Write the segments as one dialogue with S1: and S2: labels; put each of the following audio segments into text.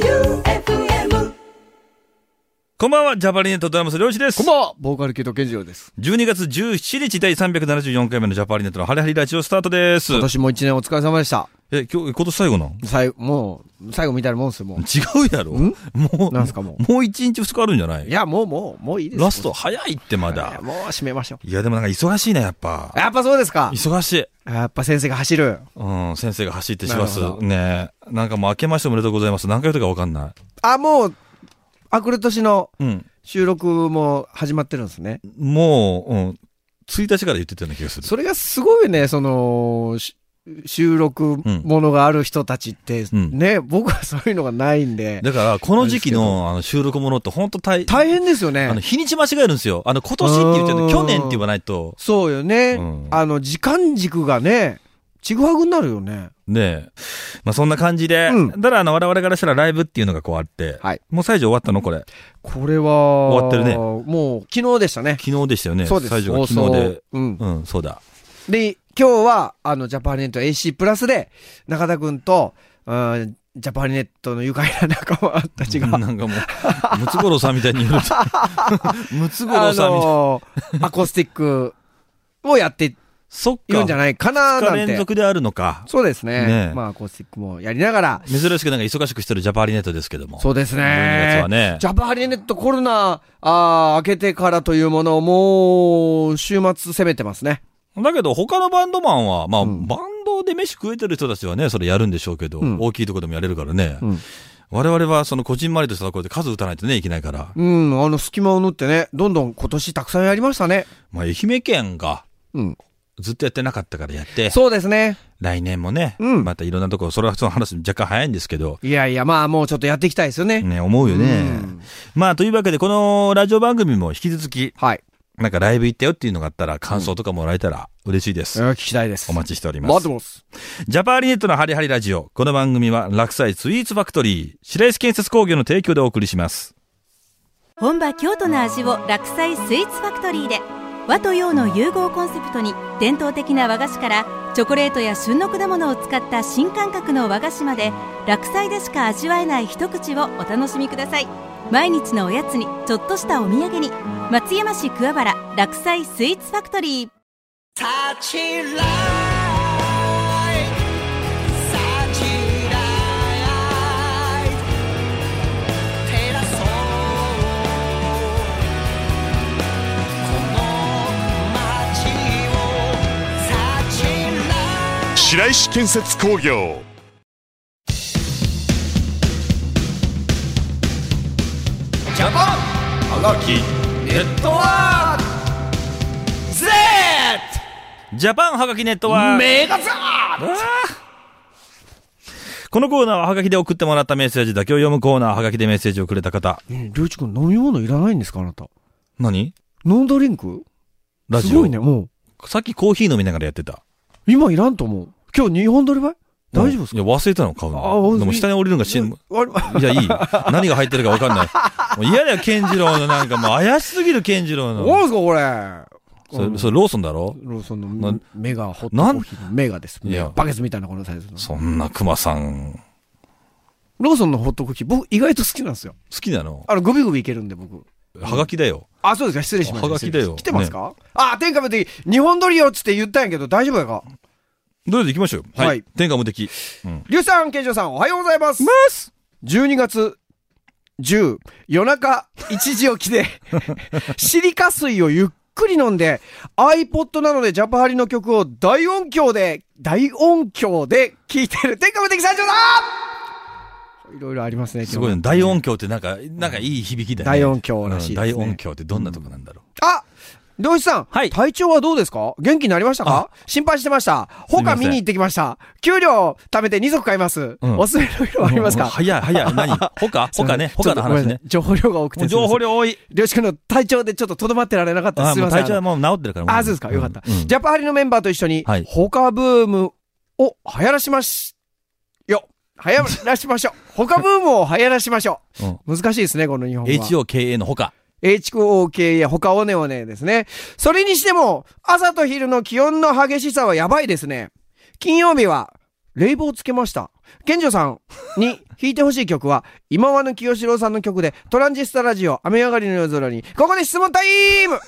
S1: J-O-E-U-F-M
S2: こんばんは、ジャパニネットドラムス、りょうしです。
S3: こんばんは、ボーカル系と健次郎です。
S2: 12月17日第374回目のジャパニネットのハリハリラジオスタートです。
S3: 今年も一年お疲れ様でした。
S2: え、今日、今年最後なん
S3: 最後、もう、最後みたいなもんですよ、も
S2: 違うやろ
S3: ん
S2: も
S3: う。なんすか、も
S2: う、もう1日2日あるんじゃな
S3: う。
S2: い
S3: いや、もう、もう、もういいです。
S2: ラスト早いってま
S3: いや
S2: だ。
S3: もう締めましょ
S2: いや、でもなんか忙しいね、やっぱ
S3: う。。やっぱそうですか。
S2: 忙しい。
S3: やっぱ先生が走る。
S2: うん、先生が走ってします
S3: なるほ。ど
S2: ねえなんかもう明けましておめでとうございます。何回言うとかわかんな
S3: あ、もう、あくる年の
S2: い。うん。
S3: 収録も始まってるんですね。
S2: もう、うん、1日から言ってたような気がする。
S3: それがすごいね、その、し収録ものがある人たちって、
S2: うん
S3: ね、僕はそういうのがないんで、
S2: だから、この時期
S3: ですけ
S2: のあの収録ものって本当大
S3: 大変ですよ
S2: あ
S3: ね
S2: の、。日にち間違えるんですよ。あの、今年って言ってるの、
S3: うん
S2: 去年って言わないと、
S3: そうよね。
S2: うん
S3: あの、時間軸がね、ちぐはぐになるよね。
S2: ねえ。まあ、そんな感じで、
S3: うん
S2: ただから、あの、我々からしたらライブっていうのがこうあって、
S3: はい
S2: もう最初終わったのこれ。
S3: これは、
S2: 終わってるね
S3: もう、昨日でしたね。
S2: 昨日でしたよね。
S3: そうです。
S2: 最初が昨日
S3: 放
S2: で
S3: 送。うん。
S2: うん、そうだ。
S3: で、今日は、あの、ジャパネット AC プラスで、中田くんと、うん、ジャパネットの愉快な仲間たちが、
S2: なんかもう、ムツゴロウさんみたいに言う とムツゴロ
S3: あ
S2: ウさんみたい。
S3: のー、アコースティックをやってい
S2: そっか。
S3: るんじゃないかな、
S2: 2
S3: な
S2: 日
S3: ん
S2: 連
S3: て。
S2: 続であるのか。
S3: そうですね。
S2: ねえ
S3: まあ、アコースティックもやりながら、
S2: 珍しくなんか忙しくしてるジャパーリネットですけども。
S3: そうです
S2: 12月
S3: ね
S2: は。ね。
S3: ジャパネットコロナ、あー明けてからというものをもう、週末攻めてますね。
S2: だけど、他のバンドマンは、まあ、
S3: うん
S2: バンドで飯食えてる人たちはね、それやるんでしょうけど、
S3: うん
S2: 大きいとこでもやれるからね。
S3: うん
S2: 我々は、その、こじんまりとしたところで数打たないとね、いけないから。
S3: うん、あの隙間を縫ってね、どんどん今年たくさんやりましたね。
S2: まあ、愛媛県が、
S3: うん。
S2: ずっとやってなかったからやって、
S3: そうですね。
S2: 来年もね、
S3: うん
S2: またいろんなところ、それはその話若干早いんですけど、
S3: いやいや、まあもうちょっとやっていきたいですよね。
S2: ね、思うよね。
S3: うん
S2: まあ、というわけで、このラジオ番組も引き続き、
S3: はい。
S2: なんかライブ行ったよっていうのがあったら、感想とかもらえたら嬉しいです。
S3: 聞きたいです。
S2: お待ちしております
S3: 待っ。てます。
S2: ジャパーリネットのハリハリラジオ。この番組は落栽スイーツファクトリー、白石建設工業の提供でお送りします。
S4: 本場京都の味を落菜スイーツファクトリーで和と洋の融合コンセプトに伝統的な和菓子からチョコレートや旬の果物を使った新感覚の和菓子まで落菜でしか味わえない一口をお楽しみください毎日のおやつにちょっとしたお土産に松山市桑原落菜スイーツファクトリー
S5: 白石建設工業
S2: ジャパンハガキネットワーク Z! ジャパンハガキネットワークメガザーこのコーナーはハガキで送ってもらったメッセージだけを読むコーナー、ハガキでメッセージをくれた方。
S3: ねりょうちくん飲み物いらないんですかあなた。
S2: 何
S3: ノンドリンク
S2: ラジオ。
S3: すごいね、も
S2: さっきコーヒー飲みながらやってた。
S3: う。今いらんと思う。今日日本取りばい大丈夫です
S2: いや、忘れたの買う
S3: あ
S2: の。
S3: あ
S2: でも下に降りるのがしん、
S3: かあれ
S2: いや、いいよ。何が入ってるか分かんない。もう嫌だよ、健次郎のなんかもう怪しすぎる健次郎
S3: 何
S2: の。
S3: ですかこれ。
S2: そ
S3: うん
S2: れ、それローソンだろ
S3: ローソン
S2: な
S3: のメガホットコ
S2: なん
S3: ーヒーのメガです。
S2: いや
S3: バケツみたいなこのサイズの。
S2: そんな熊さん、
S3: ローソンのホットコーヒー、僕意外と好きなんですよ。
S2: 好きなの
S3: あの、グビグビいけるんで僕。
S2: はがきだよ。
S3: あ、そうですか、失礼しました。
S2: はがきだよ
S3: 来てますか、あ、天下無敵、日本撮りよっつって言ったんやけど、大丈夫やか
S2: どうぞ行きましょうよ。は
S3: はいい。
S2: 天下無敵。うん。
S3: リュウさん、ケンジョウさん、おはようござい ます。
S2: ます
S3: 12月10、夜中1時起きで、 シリカ水をゆっくり飲んで、iPod なのでジャパハリの曲を大音響で、大音響で聴いてる天下無敵最長だいろいろありますね、
S2: すごいね。大音響ってなんか、なんかいい響きだよね。
S3: 大音響らしいですね
S2: うん大音響ってどんなとこなんだろ
S3: あ漁師さん、
S2: はい
S3: 体調はどうですか元気になりましたか心配してました。
S2: すみま
S3: 他
S2: せん
S3: 見に行ってきました。給料貯めて2足買います。
S2: うん
S3: おすすめの色
S2: う。
S3: あります
S2: もう
S3: か
S2: 早い、早い。何 他他ね。他の話ね。。
S3: ちょっとごめんなさい情報量が多く
S2: もう
S3: て。
S2: 情報量多い。
S3: 漁師君の体調でちょっととどまってられなかったです。
S2: あ、
S3: すい
S2: もう
S3: ません。
S2: 体調はもう治ってるから。も
S3: あ、そうですか。よかった。
S2: うんうん
S3: ジャパハリのメンバーと一緒に、
S2: はい
S3: 他ブームを流行らしまし、よ。流行らしましょう。他ブームを流行らしましょう。難しいですね、この日本語は。
S2: HOKA の他。
S3: HOK や他おねおねですね。それにしても、朝と昼の気温の激しさはやばいですね。金曜日は、冷房つけました。賢者さん、 2、弾いてほしい曲は、今和の清志郎さんの曲で、トランジスタラジオ、雨上がりの夜空に、ここで質問タイム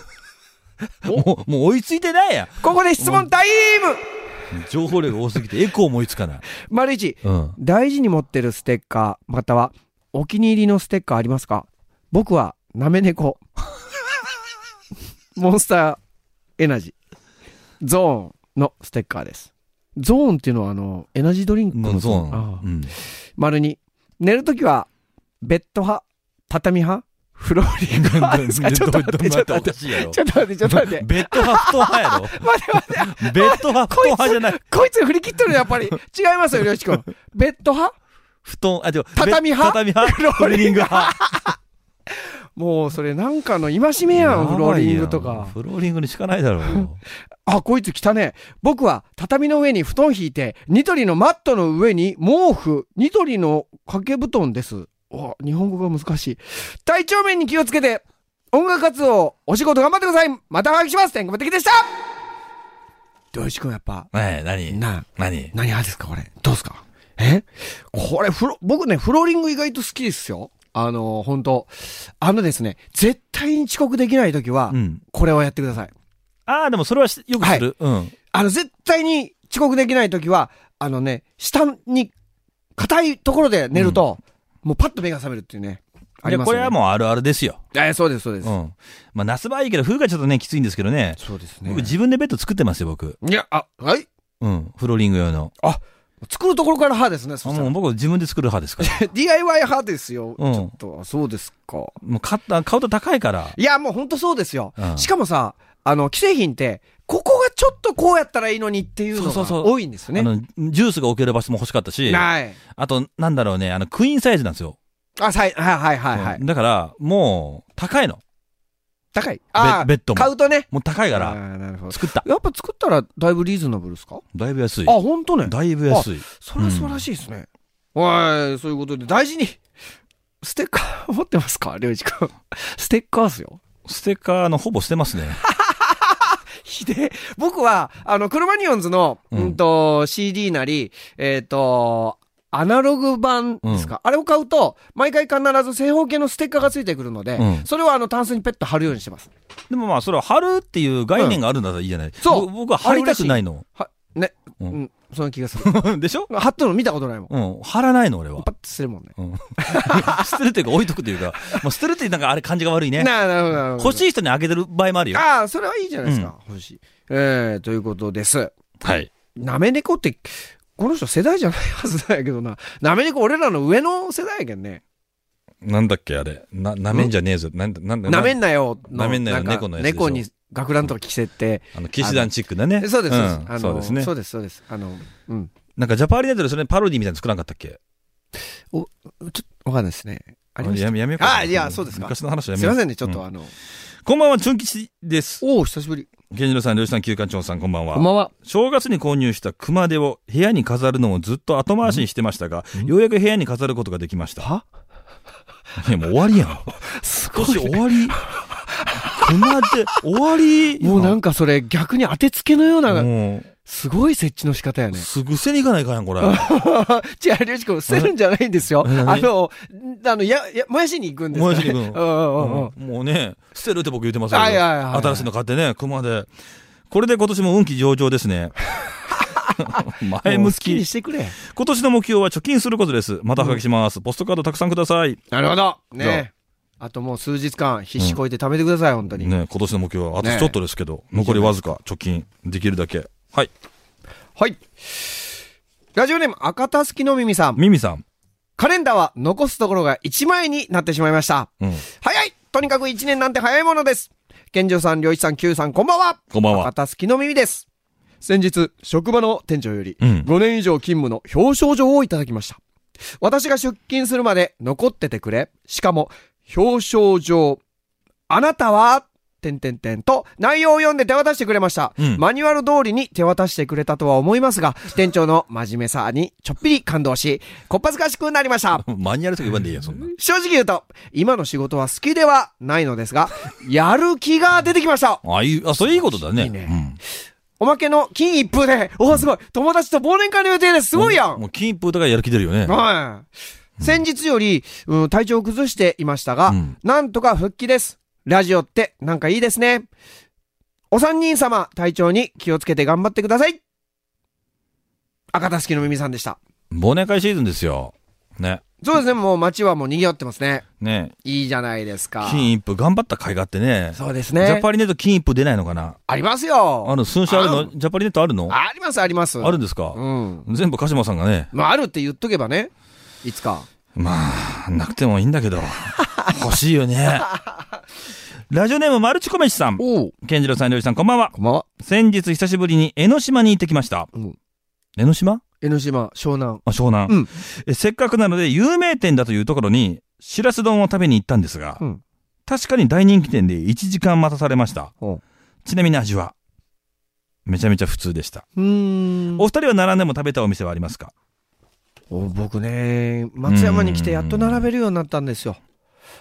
S2: もう、もう追いついてないや。
S3: ここで質問タイム
S2: 情報量が多すぎてエコー思いつかない。
S3: 丸一、
S2: うん。
S3: 大事に持ってるステッカー、または、お気に入りのステッカーありますか僕は、なめ猫。 モンスターエナジー。ゾーンのステッカーです。ゾーンっていうのは、あの、エナジードリンク
S2: の
S3: の
S2: ゾーン。
S3: ああ
S2: うん。
S3: 丸2寝るときはベッド派畳派フローリング派ですかちょっと待ってちょっと
S2: お
S3: 待
S2: か
S3: って
S2: しいやろ
S3: ち。ょっと待ってちょっ と待って
S2: ベッド派、布団派やろ。
S3: 待って待って
S2: ベッド派、布団派じゃない。
S3: こいつ振り切っとるよやっぱり違いますよりょうちくんベッド派
S2: 布団、あ、でも、ベッ
S3: 畳派
S2: 畳派、
S3: フロー
S2: フローリング派。
S3: もうそれなんかの戒めやんフローリングと
S2: やばいやん
S3: か
S2: フローリングにしかない だろう。
S3: あこいつ来たね僕は畳の上に布団引いてニトリのマットの上に毛布ニトリの掛け布団ですお日本語が難しい体調面に気をつけて音楽活動お仕事頑張ってくださいまたお会いします天狗的でしたどよし君やっぱ
S2: え、何
S3: な
S2: 何
S3: 何派ですかこれどうですかえこれフロ、僕ね、フローリング意外と好きですよ。あの、本当あのですね、絶対に遅刻できないときは、
S2: うん。
S3: これをやってください。
S2: ああ、でもそれはしよくする。うん。
S3: あの、絶対に遅刻できないときは、あのね、下に、硬いところで寝ると、もうパッと目が覚めるっていうね。あ
S2: い
S3: り
S2: や、
S3: ます
S2: こ
S3: よ
S2: れ
S3: ね。
S2: はもうあるあるですよ。
S3: えーそうです、そうです。
S2: うん。まあ、夏場はいいけど、冬がちょっとね、きついんですけどね。
S3: そうですね
S2: 僕、。自分でベッド作ってますよ、僕。
S3: いや、あ、はい
S2: うん。フローリング用の。
S3: 作るところから派ですね、そ
S2: あ
S3: した
S2: もう
S3: ら。
S2: 僕、自分で作る派です から。
S3: DIY 派ですよ。
S2: うん
S3: ちょっと、そうですか。
S2: もう、買った、買うと高いから。
S3: いや、もう本当そうですよ。
S2: うん
S3: しかもさ、あの、既製品って、ここがちょっとこうやったらいいのにっていうの
S2: そう
S3: が
S2: そうそう
S3: 多いんですよね。
S2: あの、ジュースが置ける場所も欲しかったし、あ
S3: ない。
S2: と、なんだろうね、あの、クイーンサイズなんですよ。
S3: あ、さい、はいはいはいはい。
S2: うんだから、もう、高いの。
S3: 高い。あ
S2: ベベッド
S3: あ、
S2: も
S3: 買うとね。
S2: もう高い
S3: だ
S2: から、
S3: なるほど。
S2: 作った。
S3: やっぱ作ったらだいぶリーズナブルですか
S2: だいぶ安い
S3: あ、。本当ね。
S2: だいぶ安い。
S3: それは素晴らしいですね。はい、そういうことで、大事に。ステッカー持ってます かりょうじくん。ステッカーっすよ。
S2: ステッカーのほぼ捨て ますね。
S3: ひでえ僕は、あの、クロマニオンズの、
S2: う
S3: うんんと、CD なり、えっ、と、アナログ版ですか、あれを買うと、毎回必ず正方形のステッカーがついてくるので、
S2: うん
S3: それをあの、タンスにペット貼るようにしてます。
S2: でもまあ、それは貼るっていう概念があるんだったらいいじゃない。
S3: そう
S2: ぼ僕は貼りたくないの。
S3: は、ね、
S2: う
S3: うんん、その気がする。
S2: でしょ
S3: 貼ってるの見たことないもん。
S2: うん。貼らないの、俺は。
S3: パッてするもんね。
S2: うん。 捨てるというか、置いとくというか、もう捨てるってなんかあれ感じが悪いね。
S3: なあ、なるほど、なるほど。
S2: 欲しい人にあげてる場合もあるよ。
S3: ああ、それはいいじゃないですか。欲しい。えー、ということです。
S2: はい。
S3: なめ猫って、この人世代じゃないはずだやけどな。なめ猫俺らの上の世代やけんね。
S2: なんだっけ、あれ。な、なめんじゃねえぞ。なんだ、なんだ、
S3: なめんなよの
S2: なめんなよ
S3: か
S2: 猫のやつでしょ
S3: 猫に学ランとか着せて。
S2: あの、騎士団チックだね。
S3: そうです、そうです。
S2: ん
S3: あの
S2: そうですね
S3: そ。うです、そうです。あの、うん。
S2: なんかジャパーリネットでそれパロディみたいなの作らんかったっけ
S3: ちょっとわかんないですね。ありまし
S2: や
S3: た
S2: めやめようか。
S3: あいやそうですか
S2: 昔の話はやめ
S3: すい
S2: よう
S3: ませんね、ちょっ
S2: う
S3: とあの、
S2: こんばんは、チュン吉です。
S3: おお、久しぶり。
S2: 源次郎さん、漁師さん、旧館長さん、こんばんは。
S3: こんばんは。
S2: 正月に購入した熊手を部屋に飾るのをずっと後回しにしてましたが、ようやく部屋に飾ることができました。
S3: はい
S2: や、もう終わりやん。
S3: す
S2: 今年終わり。熊手、終わり。
S3: もうなん
S2: か、
S3: かそれ逆に当てつけのような、
S2: も
S3: すごい設置の仕方や
S2: う、
S3: ね。
S2: すぐ捨てに行かないかんやん、これ。
S3: 違う、りょうちくん、捨てるんじゃないんですよ。
S2: え何
S3: あの、あの、や、や、もやしに行くんです
S2: もやしに行く
S3: の。うんうんうんうん。
S2: うんもうね、捨てるって僕言ってますけど、
S3: はいはいはいはい
S2: 新しいの買ってね、熊手。これで今年も運気上々です ね。前
S3: も
S2: 向
S3: う好きに
S2: き。
S3: してくれ。
S2: 今年の目標は貯金することです。またはがきします。ポストカードたくさんください。
S3: なるほど。
S2: じ
S3: ねあともう数日間、必死こいて貯めてください、本当に。
S2: ね、今年の目標はあと
S3: ねえ
S2: ちょっとですけど、残りわずか貯金できるだけ。はい。
S3: はい。ラジオネーム、赤たすきの耳さん。
S2: ミミさん。
S3: カレンダーは残すところが1枚になってしまいました。
S2: うん。
S3: 早いとにかく1年なんて早いものです。健常さん、良一さん、Q さん、こんばんは。
S2: こんばん
S3: 赤
S2: は。
S3: たすきの耳です。先日、職場の店長より、
S2: うん
S3: 5年以上勤務の表彰状をいただきました。私が出勤するまで残っててくれ。しかも、表彰状、あなたは、てんてんてんと、内容を読んで手渡してくれました。
S2: うん
S3: マニュアル通りに手渡してくれたとは思いますが、店長の真面目さにちょっぴり感動し、こっぱずかしくなりました。
S2: マニュアルとか言わんでいいや、そんな。
S3: 正直言うと、今の仕事は好きではないのですが、やる気が出てきました。
S2: あ、いい、あ、それいいことだね。
S3: いいねおまけの金一封で、おお、すごい。友達と忘年会の予定です。すごいやん。
S2: もう金一封とかやる気出るよね。
S3: はい。先日より、うん、体調を崩していましたが、
S2: うん
S3: なんとか復帰です。ラジオってなんかいいですね。お三人様、体調に気をつけて頑張ってください。赤たすきの耳さんでした。
S2: 忘年会シーズンですよ。ね。
S3: そうですね、もう街はもう賑わってますね。
S2: ね。
S3: いいじゃないですか。
S2: 金一封頑張った甲斐があってね。
S3: そうです
S2: ジ
S3: ね
S2: ャ。パリネット金一封出ないのかな
S3: あります
S2: あ
S3: よ。
S2: の、寸社ある
S3: あ
S2: のジャパリネットあるの
S3: あります、あります。
S2: あるんですか
S3: うん。
S2: 全部鹿島さんがね。
S3: まあ、あるって言っとけばね。いつか。
S2: まあ、なくてもいいんだけど。 欲しいよね。ラジオネームマルチコメシさん。
S3: おお。
S2: 健次郎さん、りょうじさん、こんばんは。
S3: こんばんは。
S2: 先日久しぶりに江ノ島に行ってきました。
S3: うん
S2: 江ノ島
S3: 江ノ島、湘南。
S2: あ、湘南、
S3: うん
S2: え。せっかくなので有名店だというところに、しらす丼を食べに行ったんですが、
S3: うん
S2: 確かに大人気店で1時間待たされました
S3: ほう。
S2: ちなみに味は、めちゃめちゃ普通でした。
S3: うーん
S2: お。二人は並んでも食べたお店はありますか
S3: お僕ね、松山に来てやっと並べるようになったんですよ。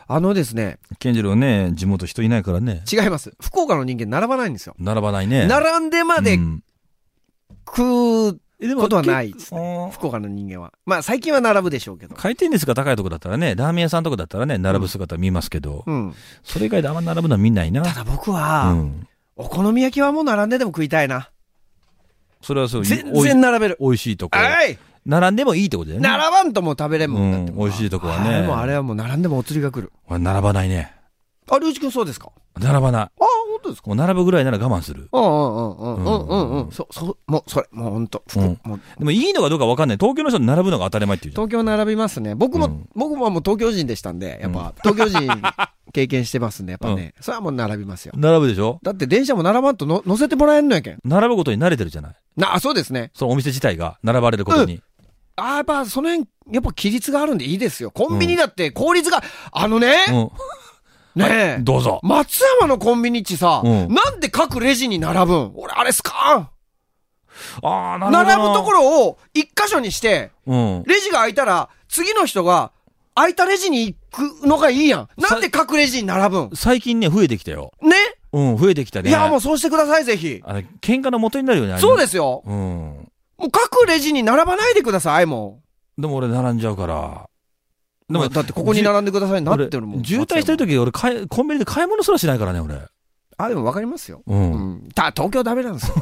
S3: あのですね、
S2: 健次郎ね、地元人いないからね。
S3: 違います。福岡の人間並ばないんですよ。
S2: 並ばないね。
S3: 並んでまで
S2: うん
S3: 食う
S2: えで
S3: ことはないで
S2: あ
S3: すね。
S2: ー
S3: 福岡の人間は。まあ最近は並ぶでしょうけど。
S2: 回転率が高いとこだったらね、ラーメン屋さんとかだったらね、並ぶ姿見ますけど、
S3: うん。
S2: それ以外であんま並ぶのは見ないな。
S3: ただ僕
S2: う
S3: は、
S2: ん。
S3: お好み焼きはもう並んででも食いたいな。
S2: それはそう、
S3: 全
S2: おい
S3: 然並べる。
S2: 美味しいとこ。
S3: あい
S2: 並んでもいいってことだよね。
S3: 並ばんともう食べれんもんだって
S2: うん美味しいとこはね
S3: あれもあれはもう並んでもお釣りが来る。
S2: 俺並ばないね。
S3: あ、りゅうちくんそうですか
S2: 並ばない。
S3: ああ、本当ですか
S2: もう並ぶぐらいなら我慢する。
S3: うんうんうんうんうんうん
S2: う
S3: うんん。そ、そ、もうそれ、もう本当
S2: うん
S3: もう
S2: でもいいのかどうかわかんない。東京の人に並ぶのが当たり前っていうじゃん。
S3: 東京並びますね。僕も、
S2: うん
S3: 僕ももう東京人でしたんで、やっぱ、東京人経験してますんで、やっぱね、それはもう並びますよ。
S2: 並ぶでしょ
S3: だって電車も並ばんとの乗せてもらえんのやけん。
S2: 並ぶことに慣れてるじゃない。
S3: な、あそうですね。
S2: そのお店自体が並ばれることに。
S3: あーやっぱその辺、やっぱ規律があるんでいいですよ。コンビニだって効率が、あのね、
S2: う
S3: ねえ
S2: ん。、どうぞ。
S3: 松山のコンビニっちさ、
S2: うん
S3: なんで各レジに並ぶん俺あれすか
S2: ああ、
S3: ん並ぶとこ
S2: ろ。
S3: ろを一箇所にして、
S2: うん。
S3: レジが開いたら、次の人が、空いたレジに行くのがいいやん。なんで各レジに並ぶん
S2: 最近ね、増えてきたよ。
S3: ね
S2: うん、増えてきたね。
S3: いや、もうそうしてください、ぜひ。
S2: あの、喧嘩の元になるよね。あれね
S3: そうですよ。
S2: うん。
S3: もう各レジに並ばないでください、も
S2: でも俺並んじゃうから。
S3: う。まあだってここに並んでくださいなってるも
S2: 俺
S3: ん。
S2: 渋滞してる
S3: と
S2: 時俺かい、コンビニで買い物すらしないからね、俺。
S3: あ、でもわかりますよ。
S2: うん。
S3: うん。た、東京ダメなんですよ。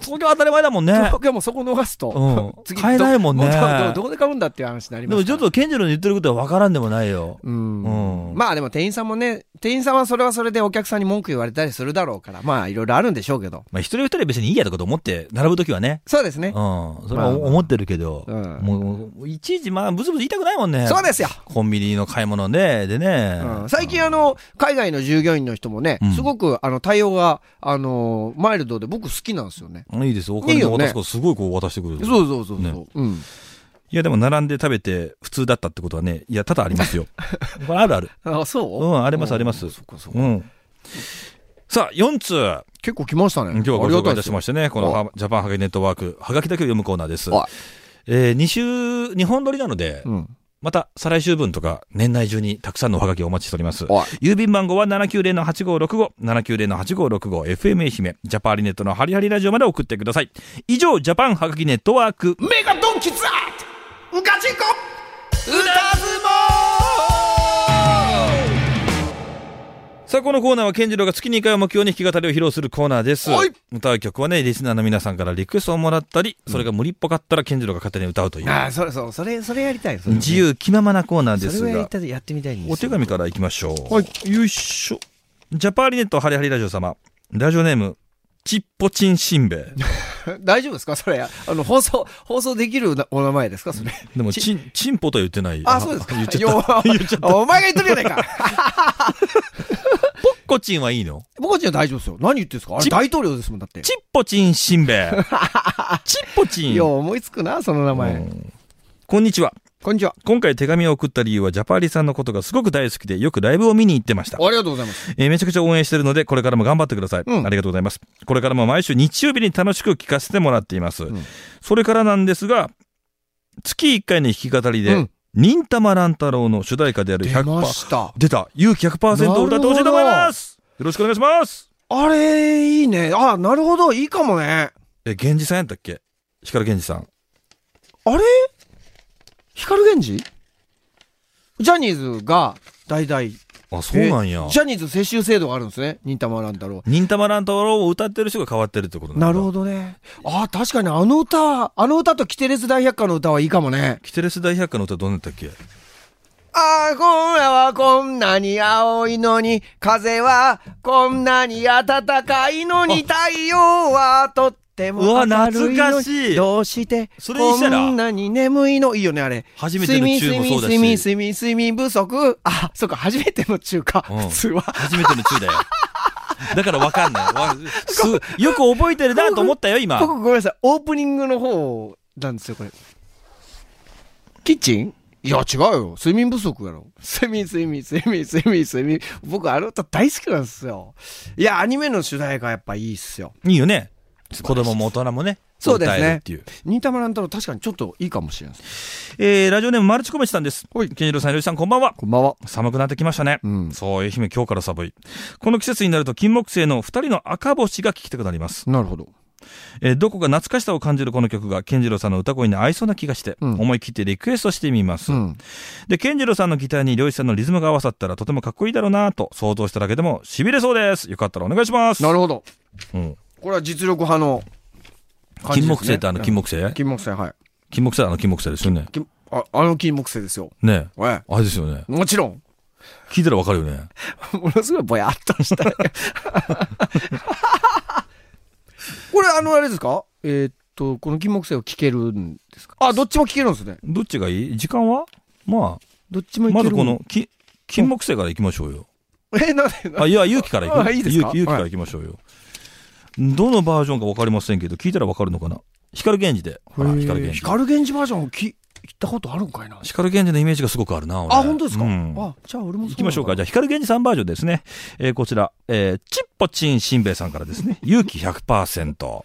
S2: 東京当たり前だもんね。
S3: 東京もそこ逃す
S2: う
S3: と
S2: ん。
S3: 次
S2: 買えないもんね
S3: どどどこで買うんだっていう話にな
S2: で
S3: りま
S2: も
S3: すか
S2: ちょ
S3: ら。
S2: っと健次郎の言ってることは分からんでもないよ。
S3: う
S2: うんん
S3: まあでも店員さんもね、店員さんはそれはそれでお客さんに文句言われたりするだろうから、まあいろいろあるんでしょうけど。
S2: まあ一人一人別にいいやとかと思って並ぶときはね。
S3: そうです
S2: うん
S3: ね。。
S2: それは
S3: まあまあ
S2: 思ってるけど。
S3: うん
S2: もう、いちいちまあブツブツ言いたくないもんね。
S3: そうですよ。
S2: コンビニの買い物ね。でね。
S3: うん最近あの、海外の従業員の人もね
S2: うん、
S3: すごくあの、対応が、あの、マイルドで僕好きなんですよね。
S2: うんいいですよ。お金の渡すことすごいこう渡してくる。
S3: そうそうそうそう。
S2: ね
S3: うん。
S2: いやでも並んで食べて普通だったってことはね、いや多々ありますよ。これあるある。
S3: あ、そう
S2: うん、ありますあります。
S3: そっかそっか
S2: うん。さあ、4通。
S3: 結構来ましたね。。
S2: 今日はご紹介いたしましててね、この
S3: は
S2: はジャパンハゲネットワーク、はがきだけを読むコーナーです
S3: はい。
S2: えー、2週、2本撮りなので、
S3: うん。
S2: また再来週分とか、年内中にたくさんのおはがきをお待ちしております。
S3: はい
S2: 郵便番号は790-8565、790-8565、FM 愛媛、ジャパーリネットのハリハリラジオまで送ってください。以上、ジャパンはがきネットワーク。
S3: メガドンキツアーガチンコ歌相撲
S2: さあ、このコーナーは、健次郎が月2回を目標に弾き語りを披露するコーナーです。
S3: はい
S2: 歌う曲はね、リスナーの皆さんからリクエストをもらったり、それが無理っぽかったら健次郎が勝手に歌うという、
S3: ああ、それ、そう、それ、それやりたい。それ
S2: 自。由気ままなコーナーで
S3: そ
S2: す
S3: れをや
S2: が
S3: り、たいやってみたいんですよ
S2: お手紙からいきましょう。
S3: は
S2: よいしょ。ジャパーリネットハリハリラジオ様。ラジオネーム、ちっぽちんしんべヱ。
S3: 大丈夫ですかそれ、あの、放送、放送できるなお名前ですかそれ。
S2: でも、ちん、ちんぽとは言ってない。
S3: あ、そうですか。
S2: 言っちゃった。
S3: よ
S2: 言っちゃった。
S3: お前が言ってるじゃないか。
S2: ぽっこちんはいいの
S3: 僕たちは大丈夫ですよ。何言ってるんですかあ
S2: ち
S3: れ大統領ですもん、だって。
S2: ちっぽちんしんべヱ。ちっぽちん。
S3: よう思いつくな、その名
S2: う
S3: 前。
S2: んこんにちは。
S3: こんにちは。
S2: 今回手紙を送った理由はジャパーリさんのことがすごく大好きでよくライブを見に行ってました
S3: あ。りがとうございます。
S2: えーめちゃくちゃ応援してるのでこれからも頑張ってください、
S3: うん
S2: ありがとうございます。これからも毎週日曜日に楽しく聞かせてもらっています。それからなんですが、月1回の弾き語りで、
S3: うん
S2: 忍たま乱太郎の主題歌である
S3: 出ま
S2: 100%、
S3: した。
S2: 出た、勇気100%を歌ってほしいと思いますよろしくお願いします
S3: あれ、いいね。あ、なるほど、いいかもね。
S2: え、源氏さんやったっけ光源氏さん。
S3: あれ光源氏ジャニーズが代々。
S2: あ、そうなんや
S3: え。ジャニーズ世襲制度があるんですね。忍たま乱太郎。
S2: 忍たま乱太郎を歌ってる人が変わってるってことなんだ。
S3: なるほ
S2: ど。
S3: どね。ああ、確かにあの歌、あの歌とキテレツ大百科の歌はいいかもね。
S2: キテレス大百科の歌どんなんだったっけ
S3: ああ、今夜はこんなに青いのに、風はこんなに暖かいのに、太陽はとっても
S2: うわ
S3: 明るいのに
S2: 懐かしい
S3: どうして、
S2: それにしたら
S3: こんなに眠いの、いいよね、あれ。
S2: 初めての中もそうだし
S3: 睡眠、睡眠、睡眠、睡眠不足。あ、そうか、初めての中か、
S2: うん
S3: 普通は。
S2: 初めての中だよ。だからわかんないわ。すよく覚えてるなと思ったよ、今。
S3: ここごめんなさい、オープニングの方なんですよ、これ。キッチンいや、違うよ。睡眠不足やろ。睡眠、睡眠、睡眠、睡眠、睡眠。僕、あの歌大好きなんですよ。いや、アニメの主題歌やっぱいいっすよ。
S2: いいよね。子供も大人もね。
S3: そうですね
S2: 歌えるっていう。
S3: 新玉乱太郎、確かにちょっといいかもしれないです。
S2: えー、ラジオネームマルチコメチさんです。
S3: はい
S2: 健次郎さん、よりさん、こんばんは。
S3: こんばんは。
S2: 寒くなってきましたね。
S3: うん
S2: そう、愛媛今日から寒い。この季節になると金木犀の二人の赤星が聴きたくなります。
S3: なるほど。
S2: えーどこか懐かしさを感じるこの曲が健次郎さんの歌声に合いそうな気がして、
S3: うん
S2: 思い切ってリクエストしてみます。
S3: うん。
S2: で、健次郎さんのギターに漁師さんのリズムが合わさったらとてもかっこいいだろうなと想像しただけでも痺れそうです。よかったらお願いします。
S3: なるほど。
S2: うん
S3: これは実力派の感
S2: 金
S3: じですね、
S2: 木犀ってあの金木犀
S3: 金木犀、はい。
S2: 金木犀あの金木犀ですよね。
S3: 金ああの金木犀ですよ。
S2: ねえ。
S3: え
S2: あれですよね
S3: え。。もちろん。
S2: 聞いたらわかるよね。
S3: ものすごいぼやっとした。これ、あの、あれですかえーっと、この金木犀を聞けるんですかあ、どっちも聞けるんですね。
S2: どっちがいい時間はま
S3: どっちも
S2: あ、
S3: いけ
S2: ま
S3: る。
S2: ずこの、き金木犀から行きましょうよ。
S3: え、なんでなん
S2: あ、
S3: で
S2: いや、勇気から行
S3: あ
S2: く。
S3: いいですか
S2: 勇気勇気から行きましょうよ。どのバージョンかわかりませんけど、聞いたらわかるのかな光源氏で。ほら、光源氏。
S3: 光源氏バージョンを聞いたことあるんかいな。
S2: 光源氏のイメージがすごくあるな、俺
S3: あ、本当ですか、
S2: うん
S3: あ、じゃあ俺も
S2: 行きましょうか。じ
S3: ゃ
S2: ゃあ、光源氏さんバージョンですね。えーこちら、えーチッポチンしんべヱさんからですね。勇気100%。お届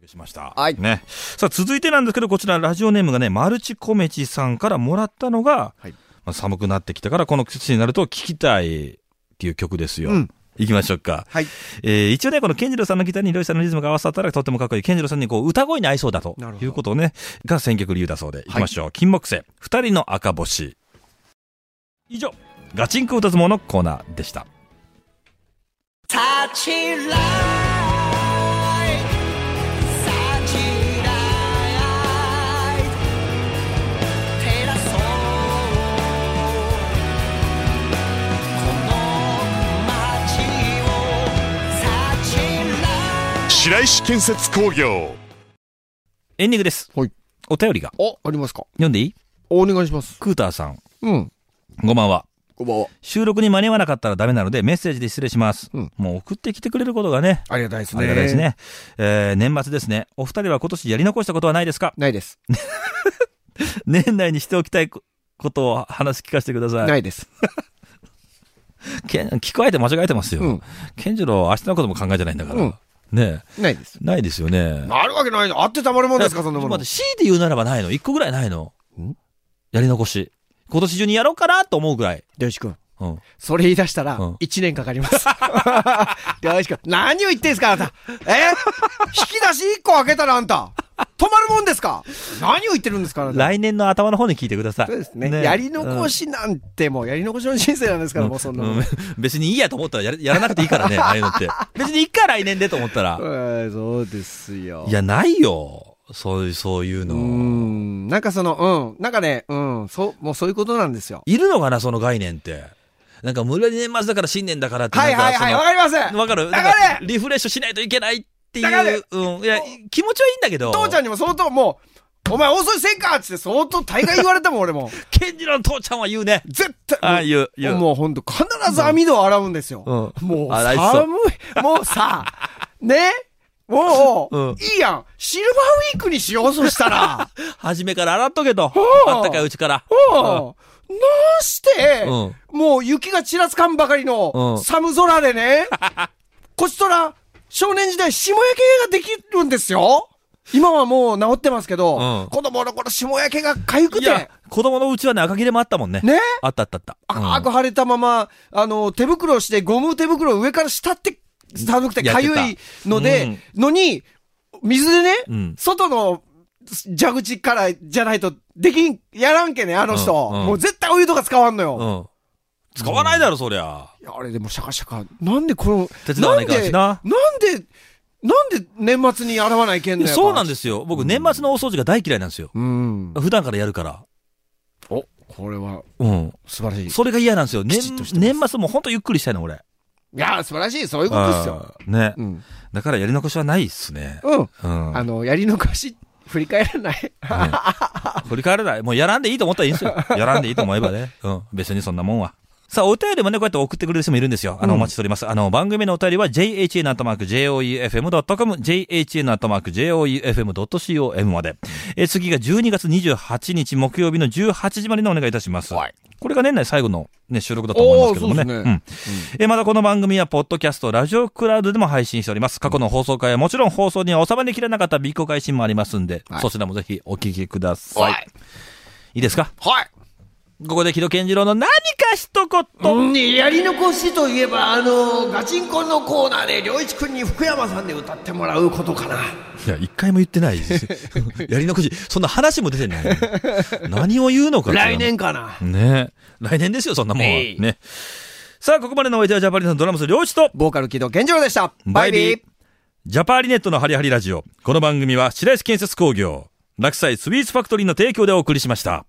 S2: けしました。
S3: はい
S2: ね。さあ、続いてなんですけど、こちら、ラジオネームがね、マルチコメチさんからもらったのが、
S3: はい
S2: まあ、寒くなってきたから、この季節になると聴きたいっていう曲ですよ。
S3: うん
S2: 行きましょうか。
S3: はい
S2: えー一応ね、この健次郎さんのギターに、ロイさんのリズムが合わさったらとってもかっこいい。健次郎さんにこう、歌声に合いそうだと
S3: なるほ。ど
S2: いうことをね、が選曲理由だそうで。行きましょう。金木犀、二人の赤星。以上、ガチンコ歌相撲のコーナーでした。
S5: 白石建設工業
S2: エンディングです。
S3: はい
S2: お便りが。
S3: あ、ありますか
S2: 読んでいい
S3: お願いします。
S2: クーターさん。
S3: うん。
S2: こんばんは。
S3: こんばんは。
S2: 収録に間に合わなかったらダメなのでメッセージで失礼します。
S3: うん
S2: もう送ってきてくれることがね、
S3: ありがたいですね。
S2: ありがたいです。ね。えー年末ですね。お二人は今年やり残したことはないですか
S3: ないです。
S2: 年内にしておきたいこことを話聞かせてください。
S3: ないです。
S2: けん聞こえて間違えてますよ。
S3: うん
S2: 健次郎、明日のことも考えてないんだから。
S3: うん
S2: ねえ
S3: ないです。
S2: ないですよね。
S3: なるわけないあってたまるもんですか、そんなも
S2: ちょっと
S3: の。
S2: 待って強いて言うならばないの。一個ぐらいないの。やり残し。今年中にやろうかなと思うぐらい。
S3: よし君。
S2: うん。
S3: それ言い出した
S2: う
S3: ら
S2: ん、
S3: 1年かかります。よろしく。何を言ってんすか、あなた。え引き出し1個開けたら、あんた。止まるもんですか何を言ってるんですか、あなた。
S2: 来年の頭の方に聞いてください。
S3: そうですね。やり残しなんて、もう、やり残しの人生なんですか
S2: う
S3: ら、
S2: ん
S3: もうそんな
S2: う
S3: もん。
S2: ん別にいいやと思ったらややらなくていい からね、ああいうのって。別にいいか、来年でと思ったら。
S3: えーそうですよ。
S2: いや、ないよ。そういう、そういう
S3: うー
S2: の。
S3: ん。なんかその、うん。なんかね、うん。そう、もうそういうことなんですよ。
S2: いるのかな、その概念って。なんか無理やり年末だから新年だからって。
S3: はいはいはい、
S2: なんかその
S3: わかります
S2: わかる
S3: わか
S2: なん
S3: る
S2: リフレッシュしないといけないってい
S3: だから
S2: う。うん。いや、気持ちはいいんだけど。
S3: 父ちゃんにも相当、もう、お前遅いせんかっつって相当大概言われたも ん、俺も。
S2: ケンジロの父ちゃんは言うね。
S3: 絶対。
S2: ああ、言う、言う。
S3: もうほんと、必ず網戸を洗うんですよ。
S2: うん
S3: もう、
S2: 洗いそう
S3: 寒い。もうさ、ねもう、
S2: うん
S3: いいやん。シルバーウィークにしよう、そし たら。
S2: 初めから洗っとけと。
S3: う
S2: あったかいうちから。
S3: もう、なして、
S2: うん
S3: もう雪がちらつかんばかり
S2: う
S3: の
S2: ん
S3: 寒空 でね、こちとら、少年時代、霜焼けができるんですよ。今はもう治ってますけど、
S2: うん
S3: 子供の頃、霜焼けが痒く
S2: い
S3: て、
S2: や
S3: ね、
S2: 子供のうちはね、赤切れもあったもんね。あったあったあった。
S3: 赤
S2: うん
S3: く腫れたまま、あの、手袋をして、ゴム手袋を上からしたって寒くてかゆ
S2: やって
S3: いので、のに、水でね、
S2: うん
S3: 外の蛇口からじゃないと、できん、やらんけね、あの人。
S2: うんうん
S3: もう絶対お湯とか使わんのよ。
S2: うん。使わないだろ、そりゃ。
S3: いやあれでもシャカシャカ。なんでこの、
S2: 手伝わないかんしな
S3: なんで、なんで、なんで年末に洗わないけんのや
S2: そうなん
S3: す。
S2: ですよ。僕、年末の大掃除が大嫌いなんですよ。
S3: うん。
S2: 普段からやるから。
S3: お、これは
S2: うん。
S3: 素晴らしい。い
S2: それが嫌なんですよ。年
S3: きちっとしてます
S2: 年末も本当ゆっくりしたいの、俺。
S3: や、素晴らしい。そういうことです
S2: あ
S3: よ。
S2: ーね
S3: う。ん。
S2: だからやり残しはないっすね。
S3: うん。
S2: うん
S3: あ。の、やり残し、振り返らない。
S2: 振り返らない。もうやらんでいいと思ったらいいん ですよ。やらんでいいと思えばね。うん。別にそんなもんは。さあ、お便りもね、こうやって送ってくれる人もいるんですよ。あの、お待ちしております。あの、番組のお便りは、jhn.joefm.com、jhn.joefm.com まで。えー、次が12月28日木曜日の18時までのお願いいたします。
S3: はい
S2: これが年内最後のね、収録だと思いますけどもね。
S3: おーそう
S2: うんえーまたこの番組は、ポッドキャスト、ラジオクラウドでも配信しております。過去の放送回はもちろん放送には収まりきれなかった未公開信もありますんで、
S3: はい
S2: そちらもぜひお聞きくださ。
S3: はい
S2: い
S3: い。
S2: いですか
S3: はい。
S2: ここで木戸健次郎の何か一言。
S3: うんねやり残しといえば、あの、ガチンコのコーナーで、良一くんに福山さんで歌ってもらうことかな。
S2: いや、一回も言って ないです。やり残し、そんな話も出てない。何を言うのか。
S3: 来年かな。
S2: ね来年ですよ、そんなもんは。
S3: えい
S2: ね。さあ、ここまでのお相手はジャパリネットのドラムス、両一と、
S3: ボーカル木戸健次郎でした。バイビー。
S2: ジャパリネットのハリハリラジオ。この番組は、白石建設工業、落西スイーツファクトリーの提供でお送りしました。